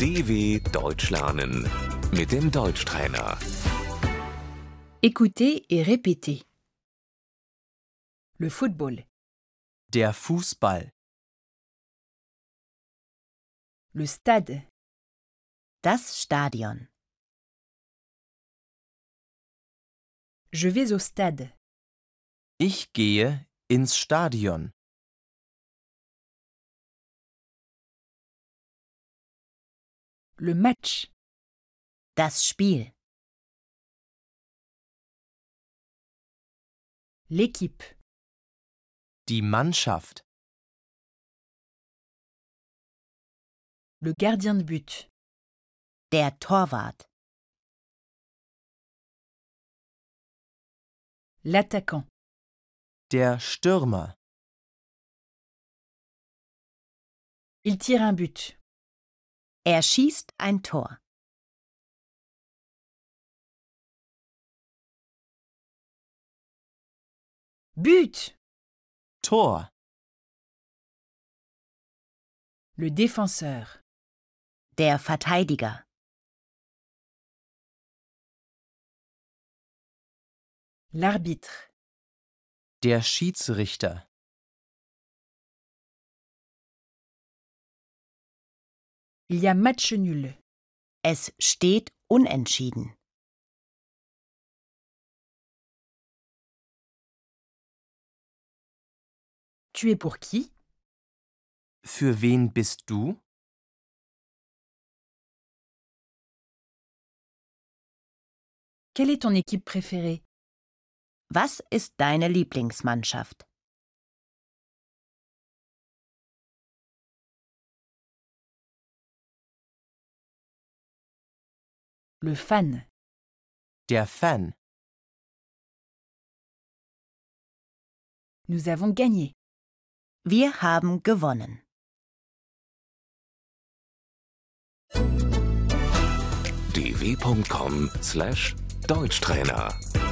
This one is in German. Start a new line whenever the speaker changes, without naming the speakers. DW Deutsch lernen mit dem Deutschtrainer.
Écoutez et répétez. Le football,
Der Fußball,
le stade. Das Stadion. Je vais au stade.
ich gehe ins Stadion.
Le match. Das Spiel. L'équipe,
Die Mannschaft,
le gardien de but. Der Torwart. L'attaquant,
der Stürmer,
il tire un but. Er schießt ein Tor. But!
Tor,
Le défenseur. Der Verteidiger. L'arbitre.
der Schiedsrichter,
Il y a match nul. Es steht unentschieden. Tu es pour qui?
für wen bist du?
Quelle est ton équipe préférée? Was ist deine Lieblingsmannschaft? Le fan,
Der Fan,
nous avons gagné. Wir haben gewonnen.
dw.com/deutschtrainer